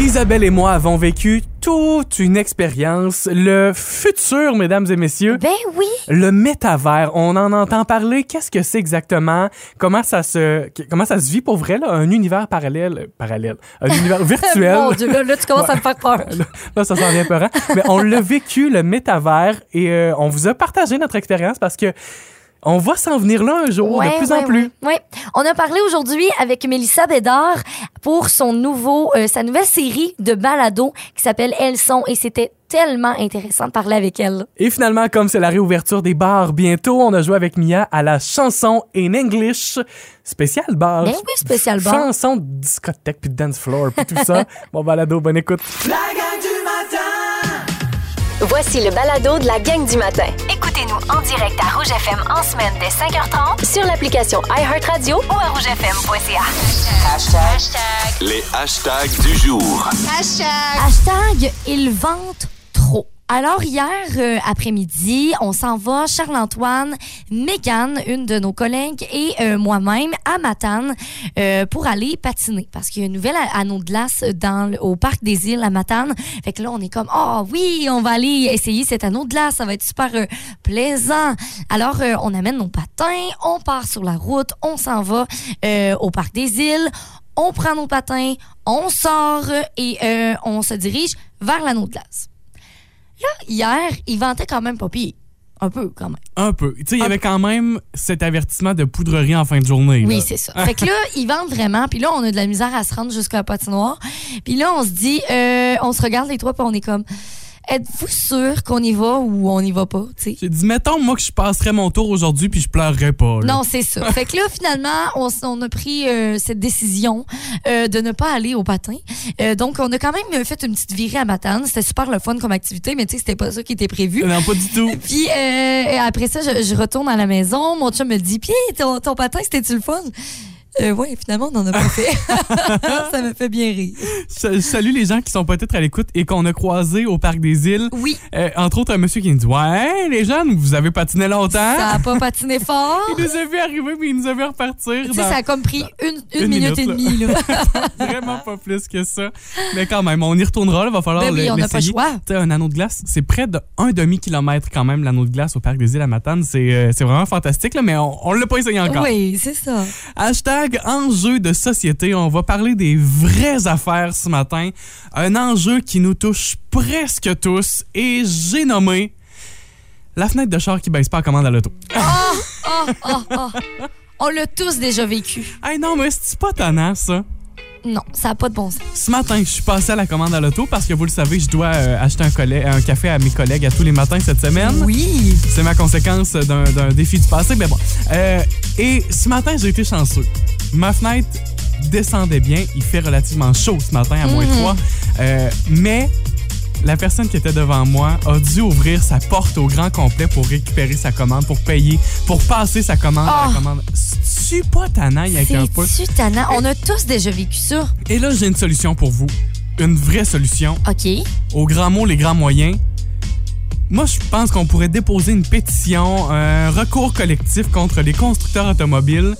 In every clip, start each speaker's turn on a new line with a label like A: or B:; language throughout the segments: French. A: Isabelle et moi avons vécu toute une expérience, le futur, mesdames et messieurs,
B: Ben oui.
A: le métavers. On en entend parler. Qu'est-ce que c'est exactement Comment ça se comment ça se vit pour vrai là Un univers parallèle, euh, parallèle, un univers virtuel.
B: Mon Dieu, là, là, tu commences à me faire peur.
A: Là, ça s'en vient peurant. Mais on l'a vécu, le métavers, et euh, on vous a partagé notre expérience parce que on va s'en venir là un jour,
B: Ouais,
A: de plus en
B: ouais,
A: plus.
B: ouais, ouais. On a parlé aujourd'hui avec Mélissa Bédard pour son nouveau, euh, sa nouvelle série de balado qui s'appelle Elles sont et c'était tellement intéressant de parler avec elle.
A: Et finalement, comme c'est la réouverture des bars bientôt, on a joué avec Mia à la chanson in English, spécial bar.
B: Ben oui, spécial bar.
A: Chanson de discothèque, puis de dance floor, puis tout ça. bon balado, bonne écoute.
C: La gang du matin
D: Voici le balado de la gang du matin. Écoutez-nous en direct à Rouge FM en semaine dès 5h30 sur l'application iHeartRadio ou à rougefm.ca.
E: Les hashtags du jour.
B: Hashtag il vente trop. Alors hier euh, après-midi, on s'en va, Charles-Antoine, Mégane, une de nos collègues et euh, moi-même à Matane euh, pour aller patiner parce qu'il y a une nouvelle a- anneau de glace dans, le- au parc des îles à Matane. Fait que là, on est comme, oh oui, on va aller essayer cet anneau de glace, ça va être super euh, plaisant. Alors, euh, on amène nos patins, on part sur la route, on s'en va euh, au parc des îles on prend nos patins, on sort et euh, on se dirige vers l'anneau de glace. Là, hier, il ventait quand même pas pire. Un peu, quand même.
F: Un peu. Tu sais, il y avait quand même cet avertissement de poudrerie en fin de journée. là. Ah,
B: Oui, c'est ça. Fait que là, ils vendent vraiment. Puis là, on a de la misère à se rendre jusqu'à la patinoire. Puis là, on se dit, euh, on se regarde les trois, puis on est comme, êtes-vous sûr qu'on y va ou on y va pas? tu sais?
F: J'ai dit, mettons, moi, que je passerais mon tour aujourd'hui puis je pleurerais pas. là.
B: Non, c'est ça. Fait que là, finalement, on, s- on a pris euh, cette décision euh, de ne pas aller au patin. Euh, donc, on a quand même euh, fait une petite virée à Matane. C'était super le fun comme activité, mais tu sais, c'était pas ça qui était prévu.
F: Non, pas du tout.
B: Puis euh, après ça, je, je retourne à la maison. Mon chum me dit Puis, ton, ton patin, c'était-tu le fun? Euh, ouais, finalement, on en a pas fait. ça me fait bien rire.
F: Je je salue les gens qui sont peut-être à l'écoute et qu'on a croisés au Parc des Îles.
B: Oui,
F: Euh, entre autres, un monsieur qui nous dit Ouais, les jeunes, vous avez patiné longtemps.
B: ça a pas patiné fort.
F: Il nous a vu arriver, mais il nous a vu repartir.
B: Tu sais,
F: dans-
B: ça a comme pris une, une
F: Bah, Une
B: minute,
F: minute,
B: et
F: là.
B: demie. Là.
F: Vraiment pas plus que ça. Mais quand même, on y retournera. Il va falloir
B: Ben oui,
F: le-
B: on n'a pas le
F: l'essayer.
B: choix.
F: Tu sais, un anneau de glace, c'est près de un demi-kilomètre quand même, l'anneau de glace au Parc des Îles à Matane. C'est euh, c'est vraiment fantastique, là, mais on, on l'a pas essayé encore.
B: Oui, c'est ça.
F: Hashtag enjeu de société. On va parler des vraies affaires ce matin. Un enjeu qui nous touche presque tous et j'ai nommé la fenêtre de char qui baisse pas à commande à l'auto.
B: Oh, oh, oh. On l'a tous déjà vécu.
F: Hey non, mais c'est pas tannant ça.
B: Non, ça n'a pas de bon sens.
F: Ce matin, je suis passé à la commande à l'auto parce que vous le savez, je dois euh, acheter un, collè- un café à mes collègues à tous les matins cette semaine.
B: Oui.
F: C'est ma conséquence d'un d'un défi du passé, mais bon. Euh, et ce matin, j'ai été chanceux. Ma fenêtre descendait bien. Il fait relativement chaud ce matin, à
B: Mhm.
F: moins 3. mais la personne qui était devant moi a dû ouvrir sa porte au grand complet pour récupérer sa commande, pour payer, pour passer sa commande à
B: Oh.
F: la commande. C'est-tu pas tannant, il y a qu'un peu?
B: C'est tannant. On a tous déjà vécu ça.
F: Et là, j'ai une solution pour vous. Une vraie solution.
B: OK.
F: Aux grands mots, les grands moyens. Moi, je pense qu'on pourrait déposer une pétition, un recours collectif contre les constructeurs automobiles.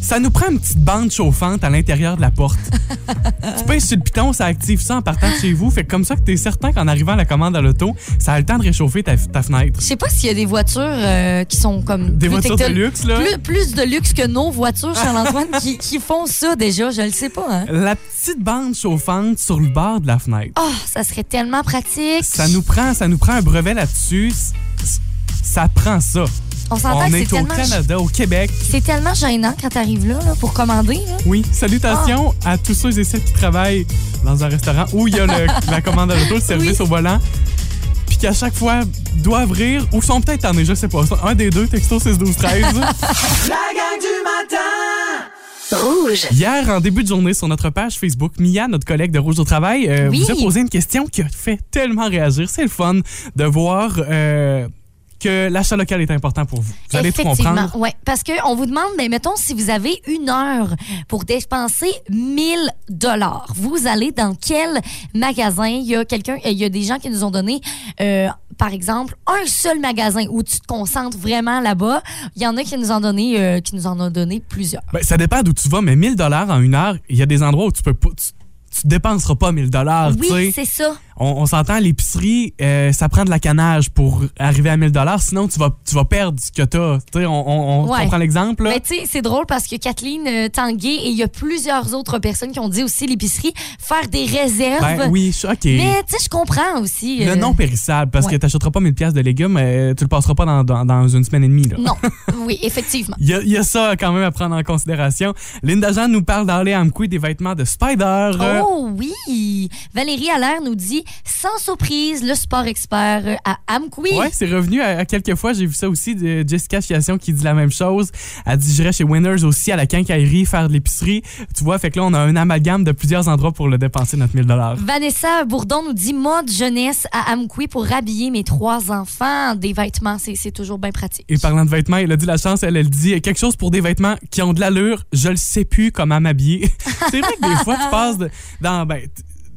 F: Ça nous prend une petite bande chauffante à l'intérieur de la porte. tu pèses sur le piton, ça active ça en partant de chez vous. Fait que comme ça que t'es certain qu'en arrivant à la commande à l'auto, ça a le temps de réchauffer ta, ta fenêtre.
B: Je sais pas s'il y a des voitures euh, qui sont comme.
F: Des
B: plus
F: voitures de
B: techno-
F: luxe, hein? là.
B: Plus, plus de luxe que nos voitures, Charles-Antoine, qui, qui font ça déjà. Je le sais pas. Hein?
F: La petite bande chauffante sur le bord de la fenêtre.
B: Oh, ça serait tellement pratique.
F: Ça nous prend, ça nous prend un brevet là-dessus. C- c- Ça prend ça.
B: On s'entend
F: On
B: que c'est
F: est au
B: tellement.
F: Canada, au Québec.
B: C'est tellement gênant quand t'arrives là, là, pour commander. là.
F: Oui, salutations
B: Ah.
F: à tous ceux et celles qui travaillent dans un restaurant où il y a le- la commande à l'auto, le service au volant, puis qu'à chaque fois doivent rire ou sont peut-être en je sais pas. Un des deux, texto 6 12 13.
C: La gang du matin
D: Rouge.
F: Hier, en début de journée, sur notre page Facebook, Mia, notre collègue de Rouge au Travail, euh,
B: Oui.
F: vous a posé une question qui a fait tellement réagir. C'est le fun de voir euh, que l'achat local est important pour vous. Vous allez tout comprendre.
B: Effectivement, ouais, parce que on vous demande, ben, mettons, si vous avez une heure pour dépenser 1000 dollars, vous allez dans quel magasin Il y a quelqu'un, il y a des gens qui nous ont donné, euh, par exemple, un seul magasin où tu te concentres vraiment là-bas. Il y en a qui nous ont donné, euh, qui nous en ont donné plusieurs.
F: Ben, ça dépend d'où tu vas, mais 1000 dollars en une heure, il y a des endroits où tu peux pas. Tu, tu dépenseras pas 1000 dollars.
B: Oui, c'est ça.
F: On, on s'entend, l'épicerie, euh, ça prend de la canage pour arriver à 1000 dollars, sinon tu vas, tu vas perdre ce que t'as. Tu sais, on, on, on
B: Ouais.
F: prend l'exemple. là.
B: Mais Ben, tu sais, c'est drôle parce que Kathleen euh, Tanguay et il y a plusieurs autres personnes qui ont dit aussi l'épicerie, faire des réserves.
F: Ben oui, ça, ok.
B: Mais tu sais, je comprends aussi. euh,
F: Le non périssable, parce que
B: ouais.
F: t'achèteras pas 1000 pièces de légumes, euh, tu le passeras pas dans, dans- dans une semaine et demie. Là.
B: Non, oui, effectivement.
F: Il y, a, il y a ça quand même à prendre en considération. Linda Jean nous parle d'Harley Amkoui des vêtements de Spider. Euh,
B: Oh oui! Valérie Allaire nous dit Sans surprise, le sport expert euh, à Amqui.
F: Ouais, c'est revenu à, à quelques fois. J'ai vu ça aussi de Jessica Fiation qui dit la même chose. Elle dit j'irai chez Winners aussi à la quincaillerie faire de l'épicerie. Tu vois, fait que là, on a un amalgame de plusieurs endroits pour le dépenser, notre 1000
B: Vanessa Bourdon nous dit mode jeunesse à Amqui pour habiller mes trois enfants. Des vêtements, c'est c'est toujours bien pratique.
F: Et parlant de vêtements, elle a dit la chance, elle, elle dit quelque chose pour des vêtements qui ont de l'allure, je le sais plus comment m'habiller. c'est vrai que des fois, tu passes de- dans ben, t-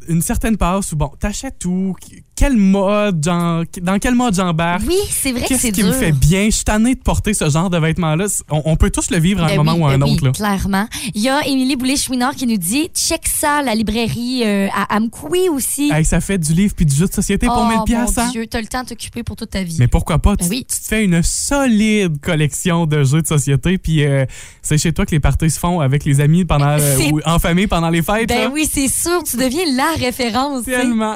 F: une certaine passe où, bon, t'achètes tout, qu- quel mode, genre, dans quel mode j'embarque.
B: Oui, c'est vrai que
F: Qu'est-ce
B: c'est
F: qui
B: dur.
F: me fait bien? Je suis tanné de porter ce genre de vêtements-là. C- On, on peut tous le vivre à un
B: Ben
F: moment
B: oui,
F: ou à un
B: ben oui,
F: autre. là.
B: clairement. Il y a Émilie Boulay-Chouinard qui nous dit check ça, la librairie euh, à Amqui aussi.
F: Hey, ça fait du livre puis du jeu de société pour
B: oh
F: 1000 piastres,
B: mon
F: hein?
B: Dieu, t'as le temps de t'occuper pour toute ta vie.
F: Mais pourquoi pas?
B: Ben
F: tu,
B: oui.
F: tu te fais une solide collection de jeux de société, puis euh, c'est chez toi que les parties se font avec les amis pendant, euh,
B: C'est-
F: ou en famille pendant les fêtes. là.
B: Ben oui, c'est sûr, tu deviens la référence. tu sais.
F: Tellement.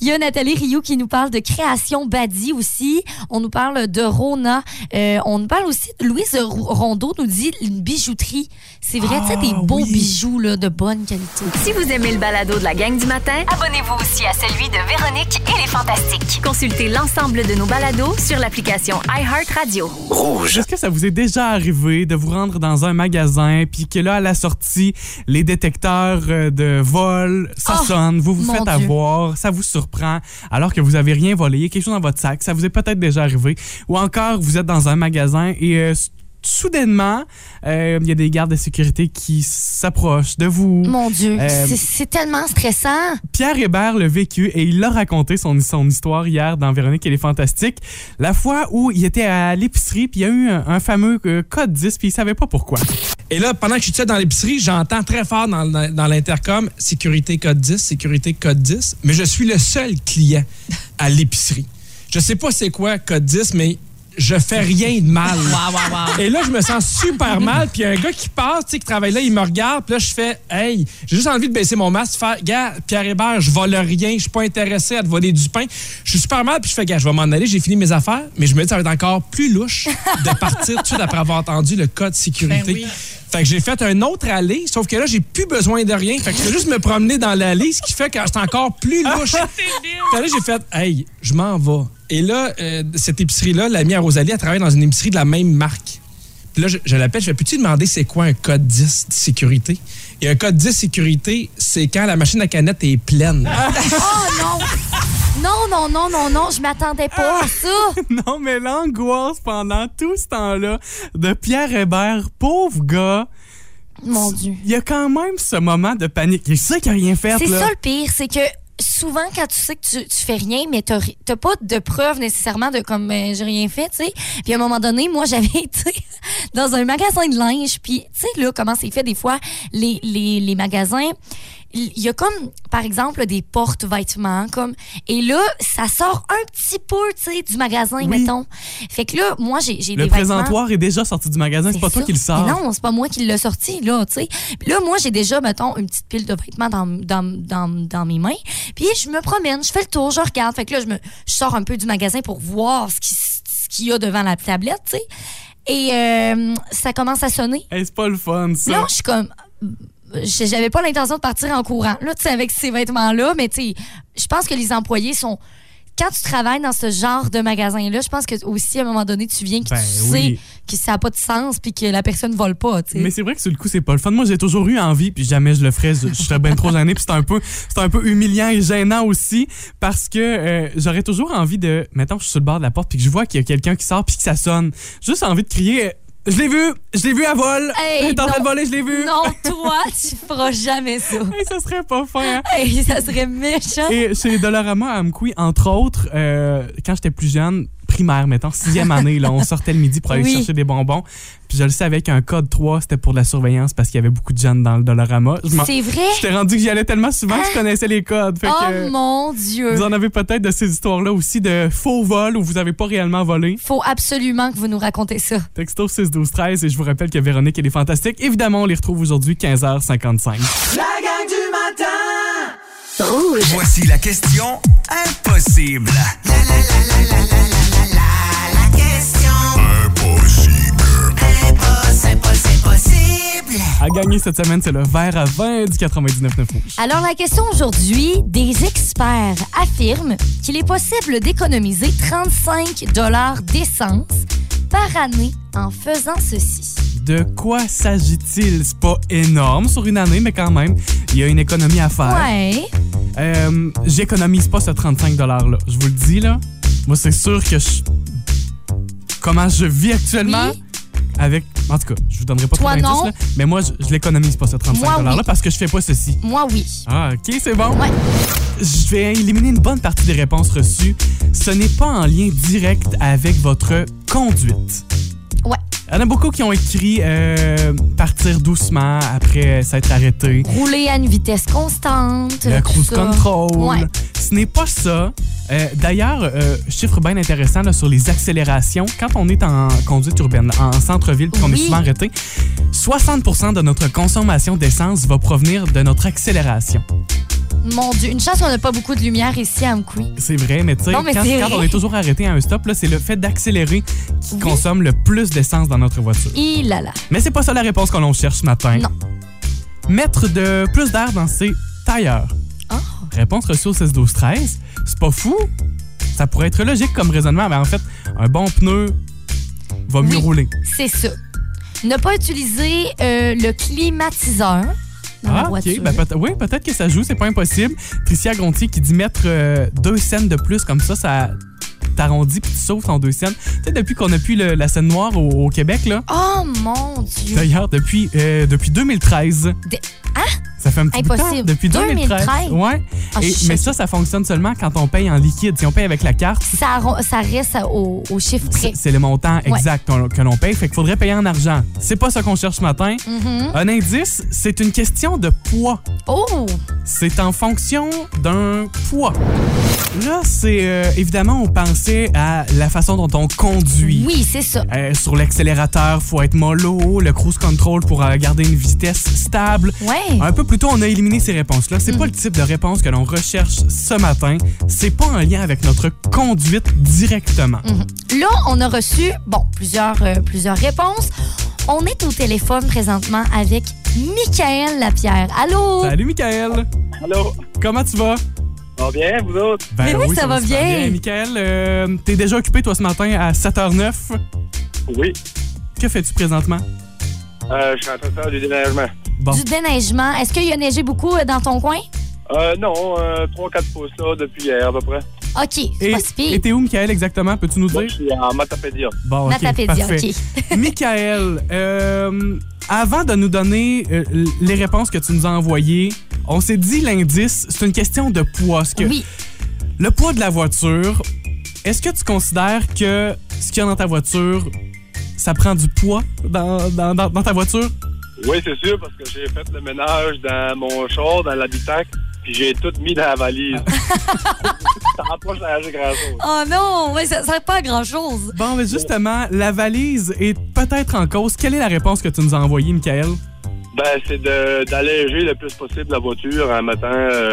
B: Il y a Nathalie Rioux qui nous parle de création Badi aussi. On nous parle de Rona. Euh, on nous parle aussi de Louise Rou- Rondeau nous dit une bijouterie. C'est vrai, tu sais, des beaux
F: Ah oui.
B: bijoux là, de bonne qualité.
D: Si vous aimez le balado de la gang du matin, abonnez-vous aussi à celui de Véronique et les Fantastiques. Consultez l'ensemble de nos balados sur l'application iHeartRadio.
E: Rouge.
F: Est-ce que ça vous est déjà arrivé de vous rendre dans un magasin puis que là à la sortie les détecteurs euh, de vol ça
B: Oh,
F: sonne, vous vous
B: mon
F: faites
B: Dieu.
F: avoir, ça vous surprend alors que vous avez rien volé, il y a quelque chose dans votre sac, ça vous est peut-être déjà arrivé ou encore vous êtes dans un magasin et euh, s- soudainement euh, il y a des gardes de sécurité qui s'approchent de vous.
B: Mon Dieu,
F: Euh,
B: c'est- c'est tellement stressant.
F: Pierre Hébert le vécu et il l'a raconté son, son histoire hier dans Véronique et les Fantastiques. La fois où il était à l'épicerie, puis il y a eu un, un fameux euh, code 10, puis il savait pas pourquoi.
G: Et là, pendant que je suis tout seul dans l'épicerie, j'entends très fort dans, dans- dans l'intercom sécurité code 10, sécurité code 10, mais je suis le seul client à l'épicerie. Je sais pas c'est quoi code 10, mais je fais rien de mal. Et là, je me sens super mal. Puis il y a un gars qui passe, tu sais, qui travaille là, il me regarde. Puis là, je fais Hey, j'ai juste envie de baisser mon masque, faire Gars, Pierre Hébert, je vole rien, je suis pas intéressé à te voler du pain. Je suis super mal. Puis je fais Gars, je vais m'en aller, j'ai fini mes affaires. Mais je me dis, ça va être encore plus louche de partir tout de suite après avoir entendu le code sécurité. Fait que j'ai fait un autre allée, sauf que là, j'ai plus besoin de rien. Fait que je peux juste me promener dans l'allée, ce qui fait que c'est encore plus louche. Fait que là, j'ai fait, hey, je m'en vais. Et là, euh, cette épicerie-là, l'amie à Rosalie, elle travaille dans une épicerie de la même marque. Puis là, je, je l'appelle, je fais, peux-tu demander c'est quoi un code 10 de sécurité? Et un code 10 sécurité, c'est quand la machine à canette est pleine.
F: Ah,
B: Oh non! Non, non, non, non, non, je m'attendais pas à ça.
F: Non, mais l'angoisse pendant tout ce temps-là de Pierre Hébert, pauvre gars,
B: Mon Dieu.
F: il y a quand même ce moment de panique. Il sait qu'il n'a rien fait.
B: C'est
F: là.
B: ça le pire, c'est que souvent quand tu sais que tu, tu fais rien, mais t'as ri- t'as pas de preuves nécessairement de comme euh, j'ai rien fait, tu sais. Puis à un moment donné, moi j'avais été dans un magasin de linge, puis tu sais là comment c'est fait des fois les les, les magasins. Il il y a comme, par exemple, des portes vêtements, comme. Et là, ça sort un petit peu, tu sais, du magasin, mettons. Fait que là, moi, j'ai j'ai
F: Le
B: des vêtements.
F: présentoir est déjà sorti du magasin, c'est pas toi
B: ça.
F: qui le sors.
B: Mais non, c'est pas moi qui l'ai sorti, là, tu sais. Puis Là, moi, j'ai déjà, mettons, une petite pile de vêtements dans, dans, dans, dans mes mains. Puis je me promène, je fais le tour, je regarde. Fait que là, je, me, je sors un peu du magasin pour voir ce qui- ce qu'il y a devant la tablette, tu sais. Et euh, ça commence à sonner.
F: Hey, c'est pas le fun, ça.
B: Là, je suis comme... j'ai- J'avais pas l'intention de partir en courant, là, tu sais, avec ces vêtements-là. Mais, tu sais, je pense que les employés sont... Quand tu travailles dans ce genre de magasin-là, je pense que aussi, à un moment donné, tu viens que
F: Ben
B: tu sais
F: oui.
B: que ça n'a pas de sens puis que la personne vole pas. tu sais.
F: Mais c'est vrai que sur le coup, c'est pas le fun. Moi, j'ai toujours eu envie, puis jamais je le ferais. Je, je serais ben trop gêné, puis c'est un peu, c'est un peu humiliant et gênant aussi, parce que euh, j'aurais toujours envie de, mettons, je suis sur le bord de la porte, puis que je vois qu'il y a quelqu'un qui sort, puis que ça sonne. Juste envie de crier. euh, Je l'ai vu, je l'ai vu à vol.
B: Hey,
F: Elle est en train de
B: non.
F: voler, je l'ai vu.
B: Non, toi, tu feras jamais ça.
F: Hey, ça serait pas fin. hein.
B: Hey, ça serait méchant.
F: Et chez Dollarama à Amqui, entre autres, euh, quand j'étais plus jeune,
G: primaire, mettons, sixième année, là, on sortait le midi pour aller
B: Oui.
G: chercher des bonbons. Puis je le savais qu'un code 3, c'était pour de la surveillance parce qu'il y avait beaucoup de gens dans le Dollarama. Je m'en-
B: C'est vrai?
G: J'étais rendu que j'y allais tellement souvent que je connaissais les codes. Fait que
B: Oh mon Dieu!
G: vous en avez peut-être de ces histoires-là aussi de faux vols où vous n'avez pas réellement volé.
B: Faut absolument que vous nous racontez ça.
G: Texto 6 12 13 et je vous rappelle que Véronique elle est fantastique. Évidemment, on les retrouve aujourd'hui 15h55.
C: La gang du matin!
H: Voici la question impossible.
G: À gagner cette semaine, c'est le verre à 20 du 99 9 rouge.
B: Alors, la question aujourd'hui, des experts affirment qu'il est possible d'économiser 35 dollars d'essence par année en faisant ceci.
G: De quoi s'agit-il C'est pas énorme sur une année, mais quand même, il y a une économie à faire.
B: Ouais.
G: Euh, j'économise pas ce 35 dollars là. Je vous le dis là. Moi, c'est sûr que je comment je vis actuellement
B: Oui.
G: avec en tout cas, je vous donnerai pas
B: Toi,
G: trop d'indices
B: non.
G: là, mais moi je, je l'économise pas ce 35
B: Moi,
G: dollars là
B: oui.
G: parce que je fais pas ceci.
B: Moi, oui.
G: Ah, OK, c'est bon.
B: Ouais.
G: Je vais éliminer une bonne partie des réponses reçues. Ce n'est pas en lien direct avec votre conduite.
B: Ouais.
G: Il y en a beaucoup qui ont écrit euh, partir doucement après s'être arrêté.
B: Rouler à une vitesse constante.
G: Le
B: tout
G: cruise
B: ça.
G: control.
B: Ouais.
G: Ce n'est pas ça. Euh, D'ailleurs, euh, chiffre bien intéressant là, sur les accélérations. Quand on est en conduite urbaine, en centre-ville, puis qu'on est
B: Oui.
G: souvent arrêté, 60 de notre consommation d'essence va provenir de notre accélération.
B: Mon Dieu, une chance qu'on n'a pas beaucoup de lumière ici à Amqui.
G: C'est vrai, mais tu sais,
B: Non,
G: quand,
B: mais c'est
G: quand
B: vrai.
G: on est toujours arrêté à un stop, là, c'est le fait d'accélérer qui
B: Oui.
G: consomme le plus d'essence dans notre voiture.
B: Il a là.
G: Mais c'est pas ça la réponse que l'on cherche ce matin.
B: Non.
G: Mettre de plus d'air dans ses tailleurs.
B: Ah.
G: Réponse reçue au 16 12 13. C'est pas fou. Ça pourrait être logique comme raisonnement, mais en fait, un bon pneu va mieux
B: Oui.
G: rouler.
B: C'est ça. Ne pas utiliser euh, le climatiseur dans la
G: Ah,
B: voiture.
G: OK. Ben, peut- oui, peut-être que ça joue, c'est pas impossible. Tricia Gontier qui dit mettre euh, deux scènes de plus, comme ça, ça t'arrondit puis tu sauves ton deux scènes. Tu sais, depuis qu'on a plus le- la scène noire au, au Québec, là.
B: oh mon Dieu.
G: D'ailleurs, depuis, euh, depuis 2013.
B: De-
G: Hein? Ça fait un petit bout de temps.
B: Impossible.
G: Depuis 2013.
B: 2013?
G: Ouais.
B: Ah, je
G: Et-
B: suis
G: mais
B: choquée.
G: ça, ça fonctionne seulement quand on paye en liquide. Si on paye avec la carte,
B: Ça, ro- ça reste au, au chiffre près.
G: c'est c'est le montant
B: Ouais.
G: exact qu'on- que l'on paye. Fait qu'il faudrait payer en argent. C'est pas ça qu'on cherche ce matin.
B: Mhm.
G: Un indice, c'est une question de poids.
B: Oh!
G: C'est en fonction d'un poids. Là, c'est euh, évidemment, on pensait à la façon dont on conduit.
B: Oui, c'est ça.
G: Euh, sur l'accélérateur, faut être mollo, le cruise control pour euh, garder une vitesse stable.
B: Ouais.
G: Ah, Un peu plus tôt, on a éliminé ces réponses-là. C'est
B: Mm.
G: pas le type de réponse que l'on recherche ce matin. C'est pas en lien avec notre conduite
B: Mm.
G: directement.
B: Là, on a reçu, bon, plusieurs, euh, plusieurs réponses. On est au téléphone présentement avec Michael Lapierre.
I: Oh.
B: Allô?
G: Salut, Michael. Allô. Comment tu vas?
I: va bien, vous autres?
G: Ben
B: Mais oui, ça va
G: super
B: bien.
G: Michael, euh, t'es déjà occupé, toi, ce matin, à 7h09.
I: Oui.
G: Que fais-tu présentement?
I: Euh, je suis en train de faire du déneigement.
G: Bon.
B: Du déneigement. Est-ce qu'il a neigé beaucoup euh, dans ton coin?
I: Euh, non, euh, 3-4 pouces là, depuis hier à peu près.
B: OK, c'est
G: Et
B: pas si pire.
G: et t'es où, Michael, exactement? Peux-tu nous
I: Je
G: dire?
I: suis en Matapédia.
G: Bon, ok,
B: Matapédia,
G: parfait.
B: OK.
G: Michael, euh, avant de nous donner euh, l- les réponses que tu nous as envoyées, on s'est dit l'indice, c'est une question de poids. Ce que
B: Oui.
G: Le poids de la voiture, est-ce que tu considères que ce qu'il y a dans ta voiture, ça prend du poids dans, dans- dans- dans ta voiture?
I: Oui, c'est sûr, parce que j'ai fait le ménage dans mon char, dans l'habitacle, puis j'ai tout mis dans la valise. ça rapproche la grand-chose.
B: Oh non, ouais, ça ne sert pas à grand-chose.
G: Bon, mais justement, la valise est peut-être en cause. Quelle est la réponse que tu nous as envoyée, Michael?
I: Ben, c'est de- d'alléger le plus possible la voiture en mettant euh,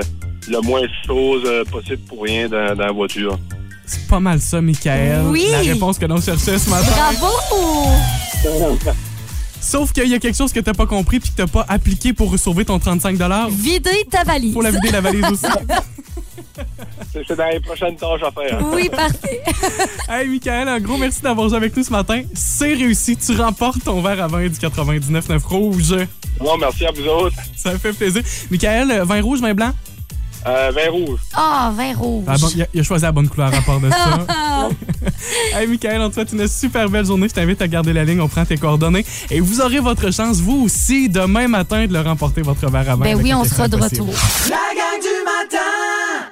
I: le moins de choses euh, possible pour rien dans, dans la voiture.
G: C'est pas mal ça, Michael.
B: Oui.
G: La réponse que l'on cherchait ce matin.
B: Bravo!
G: Sauf qu'il y a quelque chose que t'as pas compris puis que t'as pas appliqué pour sauver ton 35
B: Vider ta valise.
G: Faut la vider la valise aussi.
I: C'est c'est dans les prochaines tâches à faire.
B: Oui, parfait.
G: hey Michael, un gros merci d'avoir joué avec nous ce matin. C'est réussi, tu remportes ton verre à vin du 99.9 rouge.
I: Bon, merci à vous autres.
G: Ça me fait plaisir. Michael, euh, vin rouge, vin blanc?
I: Euh, vin rouge.
B: Ah, vin rouge.
G: Ah, bon, il, a, il a choisi la bonne couleur à part de ça. hey Michael, on te souhaite une super belle journée. Je t'invite à garder la ligne, on prend tes coordonnées. Et vous aurez votre chance, vous aussi, demain matin, de le remporter votre verre à vin.
B: ben
G: avec
B: oui,
G: la
B: on
G: question
B: sera de
G: impossible.
B: retour.
C: La gang du matin!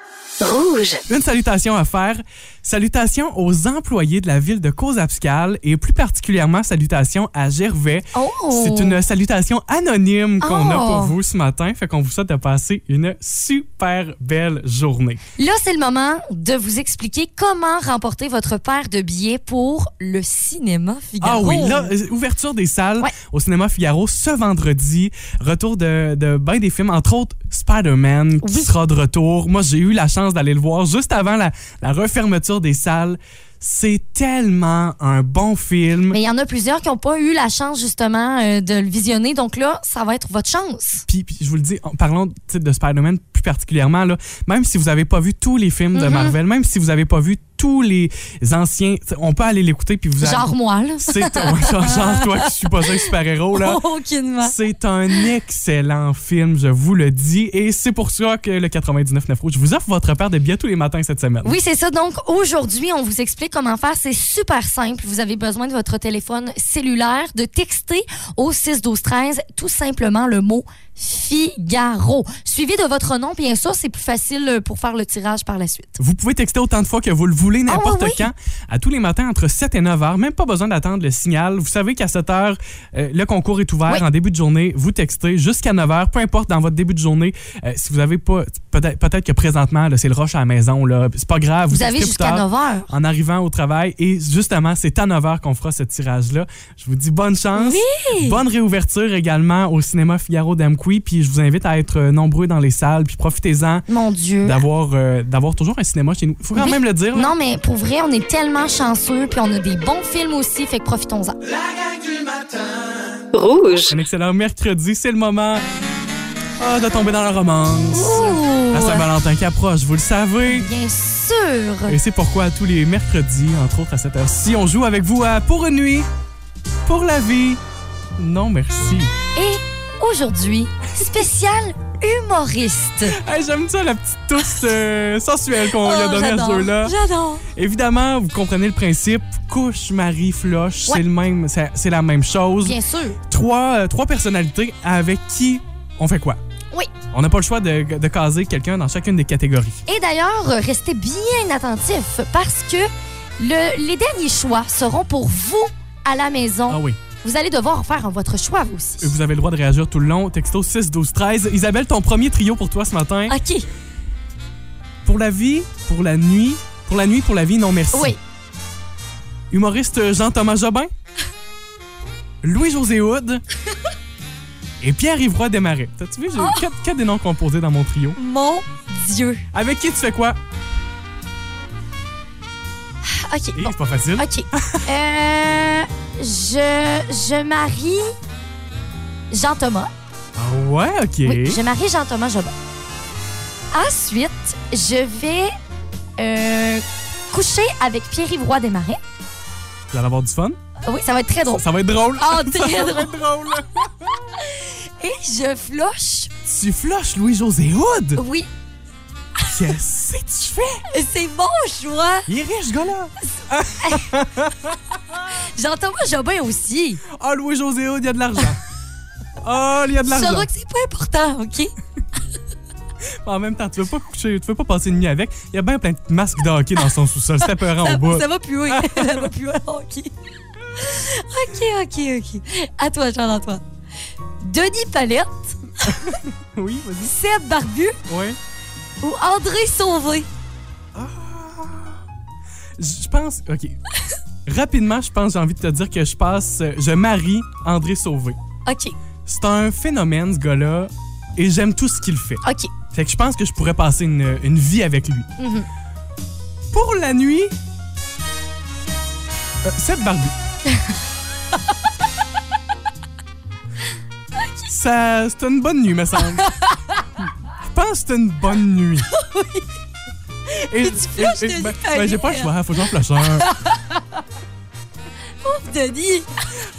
D: Rouge.
F: Une salutation à faire. Salutations aux employés de la ville de Causapscal et plus particulièrement salutations à Gervais.
B: Oh!
F: C'est une salutation anonyme qu'on a pour
B: Oh!
F: vous ce matin. Fait qu'on vous souhaite de passer une super belle journée.
B: Là, c'est le moment de vous expliquer comment remporter votre paire de billets pour le cinéma
F: Ah
B: Figaro.
F: oui, là, euh, ouverture des salles
B: Ouais.
F: au cinéma Figaro ce vendredi. Retour de, de bien des films, entre autres Spider-Man qui
B: Oui.
F: sera de retour. Moi, j'ai eu la chance d'aller le voir juste avant la, la refermeture des salles. C'est tellement un bon film.
B: Mais il y en a plusieurs qui n'ont pas eu la chance, justement, euh, de le visionner. Donc là, ça va être votre chance.
F: Puis, puis je vous le dis, en parlant tu sais, de Spider-Man plus particulièrement, là, même si vous n'avez pas vu tous les films
B: Mm-hmm.
F: de Marvel, même si vous n'avez pas vu tous les anciens, tu sais, on peut aller l'écouter puis vous allez-
B: Genre moi, là.
F: C'est ouais, genre, genre toi qui suis pas un super-héros, Oh là.
B: Aucunement.
F: C'est un excellent film, je vous le dis. Et c'est pour ça que le 99.9 Rouge vous offre votre paire de billets tous les matins cette semaine.
B: Oui, c'est ça. Donc, aujourd'hui, on vous explique comment faire. C'est super simple. Vous avez besoin de votre téléphone cellulaire, de texter au 6-12-13 tout simplement le mot Figaro. Suivi de votre nom, bien sûr, c'est plus facile euh, pour faire le tirage par la suite.
F: Vous pouvez texter autant de fois que vous le voulez, n'importe
B: Ah oui, oui.
F: quand, à tous les matins entre 7 et 9 heures. Même pas besoin d'attendre le signal. Vous savez qu'à 7 heures, euh, le concours est ouvert.
B: Oui.
F: En début de journée, vous textez jusqu'à 9 heures, peu importe dans votre début de journée. Euh, si vous avez pas, peut-être peut-être que présentement, là, c'est le rush à la maison. là. C'est pas grave.
B: Vous,
F: textez
B: avez
F: plus
B: jusqu'à
F: tard.
B: 9 heures.
F: en arrivant au travail. Et justement, c'est à 9h qu'on fera ce tirage-là. Je vous dis bonne chance. Bonne réouverture également au cinéma Figaro d'Amqui. Puis je vous invite à être euh, nombreux dans les salles. Puis profitez-en
B: Mon Dieu.
F: d'avoir euh, d'avoir toujours un cinéma chez nous. Il faut quand
B: Oui.
F: même le dire. là.
B: Non, mais pour vrai, on est tellement chanceux, puis on a des bons films aussi, fait que profitons-en.
D: Rouge.
F: Un excellent mercredi. C'est le moment ah, de tomber dans la romance.
B: Ouh!
F: La Saint-Valentin qui approche, vous le savez.
B: Bien sûr!
F: Et c'est pourquoi tous les mercredis, entre autres à cette heure-ci, on joue avec vous à Pour une nuit, pour la vie. Non, merci.
B: Et aujourd'hui, spécial humoriste.
F: Hey, J'aime ça la petite touche euh, sensuelle qu'on lui a
B: Oh,
F: donnée à ce
B: j'adore,
F: jeu-là.
B: J'adore.
F: Évidemment, vous comprenez le principe. Couche, Marie, floche,
B: Ouais.
F: c'est le même, c'est c'est la même chose.
B: Bien sûr.
F: Trois, euh, trois personnalités avec qui on fait quoi?
B: Oui.
F: On n'a pas le choix de, de caser quelqu'un dans chacune des catégories.
B: Et d'ailleurs, euh, restez bien attentifs parce que le- les derniers choix seront pour vous à la maison.
F: Ah oui.
B: Vous allez devoir faire votre choix vous aussi.
F: Et Vous avez le droit de réagir tout le long. Texto 6, 12, 13. Isabelle, ton premier trio pour toi ce matin.
B: OK.
F: Pour la vie, pour la nuit. Pour la nuit, pour la vie, non merci.
B: Oui.
F: Humoriste Jean-Thomas Jobin. Louis-José Houd. Et Pierre-Yves Roy Desmarais. T'as-tu vu, j'ai
B: Oh.
F: quatre, quatre des noms composés dans mon trio.
B: Mon Dieu.
F: Avec qui tu fais quoi?
B: Oh. OK.
F: Eh,
B: Bon.
F: C'est pas facile.
B: OK. euh, je, je marie Jean-Thomas.
F: Ah ouais, ok.
B: Oui, je marie Jean-Thomas Jobin. Ensuite, je vais euh, coucher avec Pierre-Yves Roy Desmarais.
F: Vous allez avoir du fun.
B: Oui, ça va être très drôle.
F: Ça va être drôle.
B: Oh,
F: Ça
B: très
F: va
B: drôle.
F: être drôle.
B: Et je floche.
F: tu flushes Louis-José Houd.
B: Oui,
F: Qu'est-ce que tu fais?
B: c'est mon choix.
F: Il est riche, ce gars-là.
B: Jean-Thomas Jobin aussi.
F: Ah, Louis-José Houd, il y a de l'argent. Ah, il y a de
B: Tu
F: l'argent.
B: sauras que c'est pas important, OK?
F: En même temps, tu veux pas coucher, tu veux pas passer une nuit avec. Il y a bien plein de masques de hockey dans son sous-sol. C'est apeurant
B: Ça,
F: au bout.
B: ça va plus haut. ça va plus haut, OK. OK, OK, OK. À toi, Jean-Antoine. Denis Palette,
F: Oui, vas-y.
B: Seb Barbu
F: Ouais.
B: ou André Sauvé?
F: Je pense. OK. Rapidement, je pense, j'ai envie de te dire que je passe. euh, Je marie André Sauvé.
B: OK,
F: C'est un phénomène, ce gars-là, et j'aime tout ce qu'il fait.
B: OK.
F: Fait que je pense que je pourrais passer une, une vie avec lui.
B: Mhm.
F: Pour la nuit. euh, Seb Barbu. Ça, c'est une bonne nuit, me semble. Je pense que c'est une bonne nuit. Et,
B: tu flushes Denis
F: ben,
B: Palais.
F: ben, j'ai pas le choix, faut que j'en flush un.
B: Denis.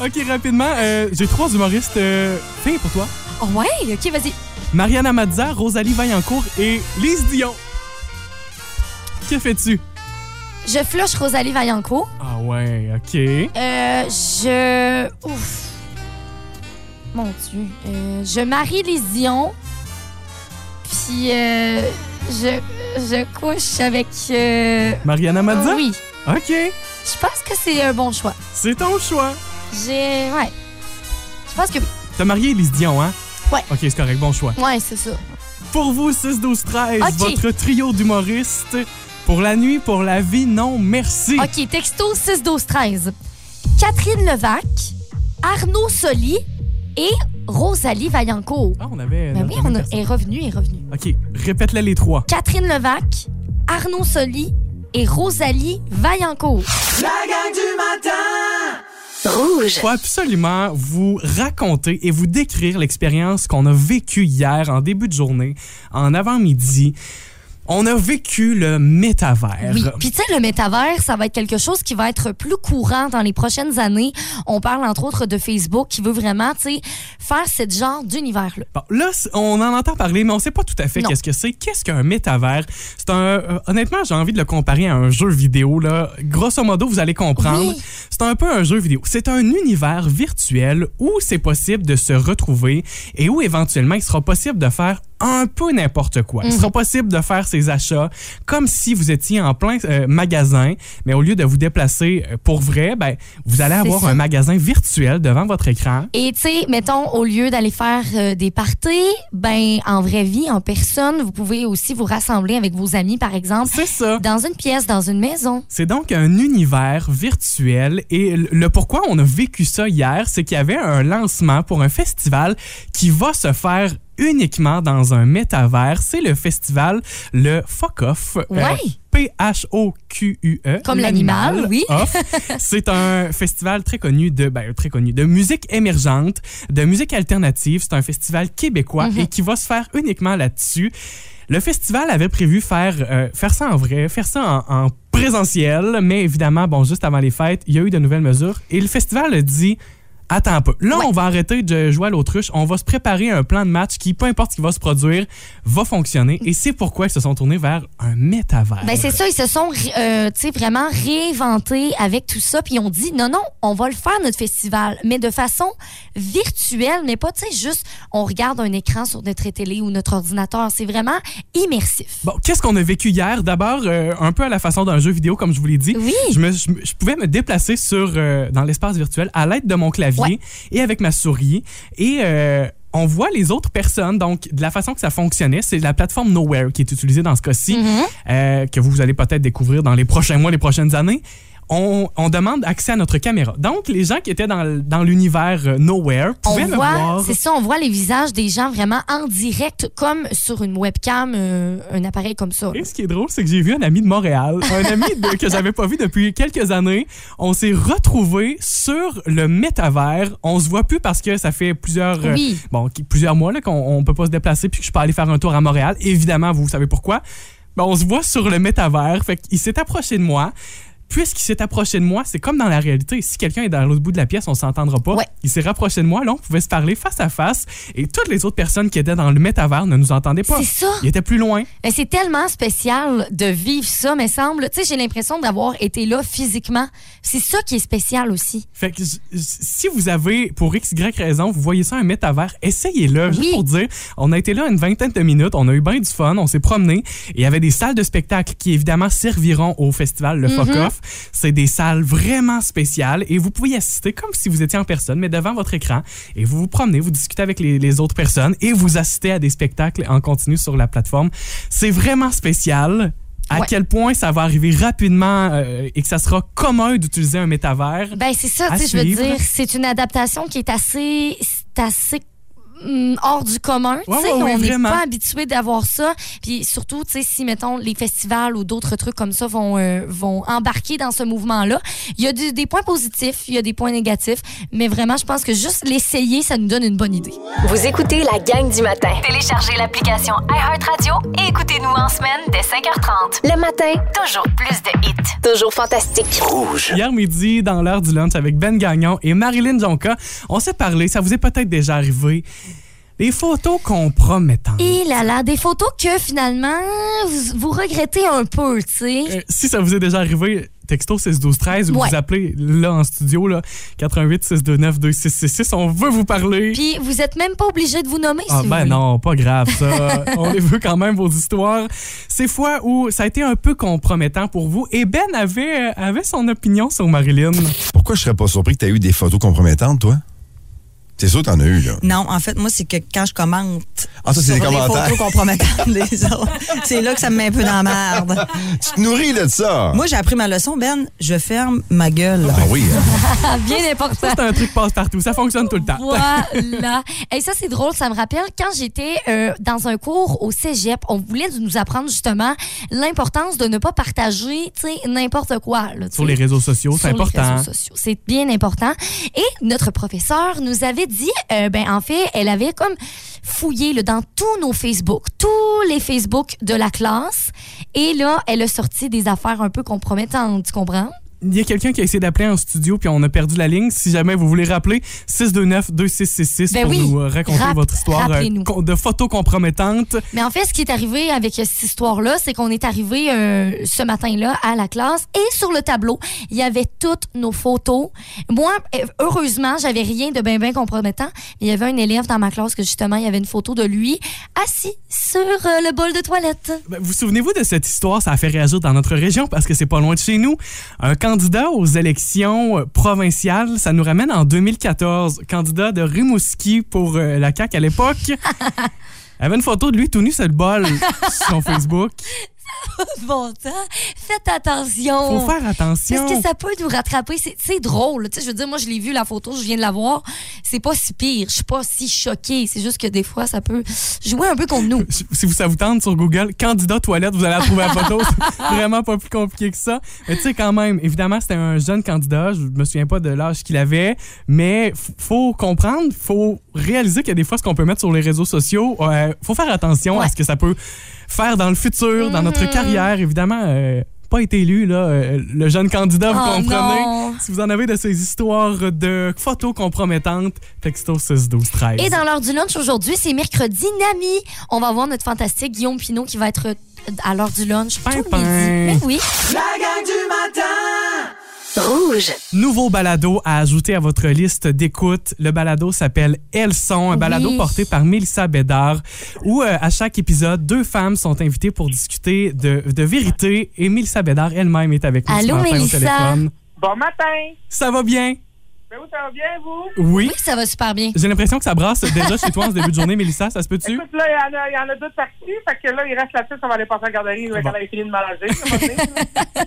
F: Ok, rapidement, euh, j'ai trois humoristes euh, filles pour toi.
B: Oh, ouais, OK, vas-y.
F: Mariana Mazza, Rosalie Vaillancourt et Lise Dion. Que fais-tu?
B: Je floche Rosalie Vaillancourt.
F: Ah ouais, ok.
B: Euh, je. Ouf. Mon Dieu. Euh, je marie les ions. Puis, euh, je. je couche avec. euh,
F: Mariana Mazza?
B: Oui.
F: OK.
B: Je pense que c'est un bon choix.
F: C'est ton choix.
B: J'ai. Ouais. Je pense que.
F: T'as marié Elise Dion, hein?
B: Ouais.
F: OK, c'est correct. Bon choix.
B: Ouais, c'est ça.
F: Pour vous, 6, 12, 13,
B: Ok.
F: votre trio d'humoristes. Pour la nuit, pour la vie, non, merci.
B: OK, texto 6 12 13. Catherine Levac, Arnaud Soli et Rosalie Vaillancourt.
F: Ah, on avait.
B: Ben
F: notre
B: oui,
F: même
B: on a-
F: personne.
B: est revenu, est revenu.
F: OK, répète-les les trois.
B: Catherine Levac, Arnaud Soli et Rosalie Vaillancourt.
C: La gang du matin!
F: faut absolument vous raconter et vous décrire l'expérience qu'on a vécue hier en début de journée, en avant-midi. On a vécu le métavers.
B: Oui. Puis tu sais, le métavers, ça va être quelque chose qui va être plus courant dans les prochaines années. On parle entre autres de Facebook qui veut vraiment, tu sais, faire ce genre d'univers-là.
F: Bon, là, c- on en entend parler, mais on sait pas tout à fait
B: Non.
F: qu'est-ce que c'est. Qu'est-ce qu'un métavers? C'est un. euh, honnêtement, j'ai envie de le comparer à un jeu vidéo. Là. Grosso modo, vous allez comprendre.
B: Oui.
F: C'est un peu un jeu vidéo. C'est un univers virtuel où c'est possible de se retrouver et où éventuellement il sera possible de faire un peu n'importe quoi.
B: Mhm.
F: Il sera possible de faire ses achats comme si vous étiez en plein euh, magasin, mais au lieu de vous déplacer euh, pour vrai, ben, vous allez
B: C'est
F: avoir
B: ça.
F: un magasin virtuel devant votre écran.
B: Et tu sais, mettons, au lieu d'aller faire euh, des parties, ben, en vraie vie, en personne, vous pouvez aussi vous rassembler avec vos amis, par exemple,
F: C'est ça.
B: dans une pièce, dans une maison.
F: C'est donc un univers virtuel et le- le pourquoi on a vécu ça hier, c'est qu'il y avait un lancement pour un festival qui va se faire uniquement dans un métavers. C'est le festival, le Fuck Off. euh,
B: Ouais.
F: P-H-O-Q-U-E.
B: Comme l'animal, oui.
F: Off. C'est un festival très connu de, ben, très connu, de musique émergente, de musique alternative. C'est un festival québécois
B: Mm-hmm.
F: et qui va se faire uniquement là-dessus. Le festival avait prévu faire, euh, faire ça en vrai, faire ça en, en présentiel, mais évidemment, bon, juste avant les fêtes, il y a eu de nouvelles mesures et le festival a dit. Attends un peu. Là, on va arrêter de jouer à l'autruche. On va se préparer un plan de match qui, peu importe ce qui va se produire, va fonctionner. Et c'est pourquoi ils se sont tournés vers un métavers.
B: Ben c'est ça, ils se sont euh, tu sais, vraiment réinventés avec tout ça, puis ils ont dit non non, on va le faire notre festival, mais de façon virtuelle, mais pas tu sais juste on regarde un écran sur notre télé ou notre ordinateur, c'est vraiment immersif.
F: Bon, qu'est-ce qu'on a vécu hier? D'abord, euh, un peu à la façon d'un jeu vidéo, comme je vous l'ai dit.
B: Oui.
F: Je, me- je me- je pouvais me déplacer sur, euh, dans l'espace virtuel à l'aide de mon clavier
B: Ouais.
F: et avec ma souris. Et euh, on voit les autres personnes. Donc, de la façon que ça fonctionnait, c'est la plateforme Nowhere qui est utilisée dans ce cas-ci,
B: Mm-hmm.
F: euh, que vous allez peut-être découvrir dans les prochains mois, les prochaines années. On, on demande accès à notre caméra. Donc, les gens qui étaient dans, l- dans l'univers euh, Nowhere
B: On
F: pouvaient me
B: voit,
F: voir.
B: c'est ça, on voit les visages des gens vraiment en direct, comme sur une webcam, euh, un appareil comme ça.
F: Et ce qui est drôle, c'est que j'ai vu un ami de Montréal, un ami de- que j'avais pas vu depuis quelques années. On s'est retrouvés sur le métavers. On se voit plus parce que ça fait plusieurs, euh,
B: Oui.
F: bon, qui- plusieurs mois là, qu'on on peut pas se déplacer puis que je peux aller faire un tour à Montréal. Évidemment, vous savez pourquoi. Ben, on se voit sur le métavers. Fait qu'il s'est approché de moi. Puisqu'il s'est approché de moi, c'est comme dans la réalité. Si quelqu'un est dans l'autre bout de la pièce, on s'entendra pas.
B: Ouais.
F: Il s'est rapproché de moi, là, on pouvait se parler face à face. Et toutes les autres personnes qui étaient dans le métavers ne nous entendaient pas.
B: C'est ça.
F: Il était plus loin.
B: Mais c'est tellement spécial de vivre ça, me semble. Tu sais, j'ai l'impression d'avoir été là physiquement. C'est ça qui est spécial aussi.
F: Fait que j- j- si vous avez, pour x, y raison, vous voyez ça un métavers, essayez-le, juste
B: Oui.
F: pour dire. On a été là une vingtaine de minutes, on a eu bien du fun, on s'est promené. Et il y avait des salles de spectacle qui, évidemment, serviront au festival Le Fuck
B: Mm-hmm.
F: Off. C'est des salles vraiment spéciales et vous pouvez y assister comme si vous étiez en personne, mais devant votre écran. Et vous vous promenez, vous discutez avec les, les autres personnes et vous assistez à des spectacles en continu sur la plateforme. C'est vraiment spécial. À
B: Ouais.
F: quel point ça va arriver rapidement euh, et que ça sera commun d'utiliser un métavers.
B: Ben c'est ça,
F: À
B: tu sais, je veux
F: suivre.
B: dire, c'est une adaptation qui est assez, c'est assez hum, hors du commun. tu
F: Ouais,
B: sais,
F: ouais, ouais,
B: on n'est
F: vraiment.
B: pas habitué d'avoir ça. Puis surtout, tu sais, si mettons les festivals ou d'autres trucs comme ça vont euh, vont embarquer dans ce mouvement-là, il y a du- des points positifs, il y a des points négatifs, mais vraiment, je pense que juste l'essayer, ça nous donne une bonne idée.
D: Vous écoutez la gang du matin. Téléchargez l'application iHeartRadio et écoutez-nous en semaine dès 5h30. Le matin, toujours plus de hits. Toujours fantastique.
F: Hier midi, dans l'heure du lunch avec Ben Gagnon et Marilyn Jonca, on s'est parlé, ça vous est peut-être déjà arrivé, des photos compromettantes.
B: Et là là, des photos que finalement vous, vous regrettez un peu, tu sais.
F: Euh, si ça vous est déjà arrivé, texto 612-13 ou
B: Ouais.
F: vous appelez là en studio, là, 88-629-2666. On veut vous parler.
B: Puis vous êtes même pas obligé de vous nommer
F: Ah
B: si
F: ben
B: vous voulez.
F: non, pas grave ça. On les veut quand même vos histoires. Ces fois où ça a été un peu compromettant pour vous, et Ben avait, euh, avait son opinion sur Marilyn.
J: Pourquoi je serais pas surpris que tu aies eu des photos compromettantes, toi? C'est sûr que t'en as eu, là.
K: Non, en fait, moi, c'est que quand je commente
J: Ah, ça,
K: sur
J: c'est des
K: les
J: commentaires.
K: photos compromettantes des autres, c'est là que ça me met un peu dans la merde.
J: Tu te nourris là, de ça.
K: Moi, j'ai appris ma leçon, Ben. Je ferme ma gueule.
J: Ah oui, hein?
B: Bien important.
F: C'est un truc passe-partout, ça fonctionne tout le temps.
B: Ah. Voilà. Et ça, c'est drôle. Ça me rappelle quand j'étais euh, dans un cours au cégep. On voulait nous apprendre justement l'importance de ne pas partager tu sais, n'importe quoi. là, tu
F: Sur
B: sais.
F: les réseaux sociaux, c'est
B: Sur les
F: important.
B: réseaux sociaux. C'est bien important. Et notre professeure nous avait dit, euh, ben en fait, elle avait comme fouillé là, dans tous nos Facebook, tous les Facebook de la classe. Et là, elle a sorti des affaires un peu compromettantes, tu comprends?
F: Il y a quelqu'un qui a essayé d'appeler en studio puis on a perdu la ligne. Si jamais vous voulez rappeler, 629-2666
B: Ben
F: pour
B: oui.
F: nous euh, raconter
B: Rap-
F: votre histoire euh,
B: rappelez-nous.
F: con- de photos compromettantes.
B: Mais en fait, ce qui est arrivé avec euh, cette histoire-là, c'est qu'on est arrivé euh, ce matin-là à la classe et sur le tableau, il y avait toutes nos photos. Moi, euh, heureusement, j'avais rien de bien, bien compromettant. Il y avait un élève dans ma classe que justement, il y avait une photo de lui assis sur euh, le bol de toilette.
F: Ben, vous souvenez-vous de cette histoire? Ça a fait réagir dans notre région parce que c'est pas loin de chez nous. Un candidat aux élections euh, provinciales, ça nous ramène en 2014. Candidat de Rimouski pour euh, la CAQ à l'époque. avait une photo de lui tout nu sur le bol sur son Facebook.
B: bon temps, faites attention.
F: Faut faire attention.
B: Oh. Parce que ça peut nous rattraper. C'est- C'est drôle. Tu sais, je veux dire, moi, je l'ai vu, la photo, je viens de la voir. C'est pas si pire. Je suis pas si choquée. C'est juste que des fois, ça peut jouer un peu contre nous.
F: si vous- ça vous tente sur Google, candidat toilette, vous allez la trouver la photo. C'est vraiment pas plus compliqué que ça. Mais tu sais, quand même, évidemment, c'était un jeune candidat. Je me souviens pas de l'âge qu'il avait. Mais f- faut comprendre, faut réaliser qu'il y a des fois ce qu'on peut mettre sur les réseaux sociaux. euh, faut faire attention à ce que ça peut faire dans le futur, dans
B: Mm-hmm.
F: notre carrière. Évidemment, euh, pas été élu, là, euh, le jeune candidat, vous
B: Oh
F: comprenez.
B: non.
F: Si vous en avez de ces histoires de photos compromettantes, texto 6 12 13.
B: Et dans l'heure du lunch aujourd'hui, c'est mercredi Nami. On va voir notre fantastique Guillaume Pinot qui va être euh, à l'heure du lunch tout le
F: Pimpin.
B: midi. Mais oui.
C: La gang du matin!
D: Rouge.
F: Nouveau balado à ajouter à votre liste d'écoute. Le balado s'appelle Elles sont, un balado
B: Oui.
F: porté par Mélissa Bédard, où euh, à chaque épisode, deux femmes sont invitées pour discuter de, de vérité et Mélissa Bédard elle-même est avec nous ce
B: Allô,
F: matin
B: Mélissa.
F: au téléphone.
L: Bon matin!
F: Ça va bien?
L: Ben oui, ça va bien, vous?
F: Oui.
B: Oui, ça va super bien.
F: J'ai l'impression que ça brasse déjà chez toi en ce début de journée, Mélissa, ça se peut-tu?
L: Écoute, là, il y en a, il y en a deux parties, fait que là, il reste la petite, on va aller passer à la garderie, là, quand elle a fini de malager. ça va venir.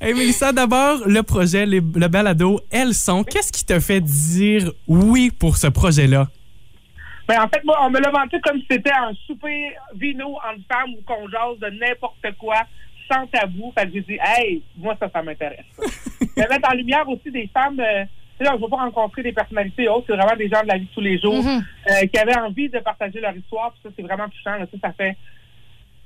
F: Hey, Mélissa, d'abord, le projet, les- le balado Elles sont, qu'est-ce qui te fait dire oui pour ce projet-là?
L: Ben, en fait, moi, on me l'a vanté comme si c'était un souper vino entre femmes ou qu'on jase de n'importe quoi, sans tabou. Fait que j'ai dit, hey, moi, ça, ça m'intéresse. Mais mettre en lumière aussi des femmes, euh, tu sais, on ne va pas rencontrer des personnalités autres, c'est vraiment des gens de la vie de tous les jours
B: Mhm.
L: euh, qui avaient envie de partager leur histoire. Puis ça, c'est vraiment touchant. là. Ça, ça fait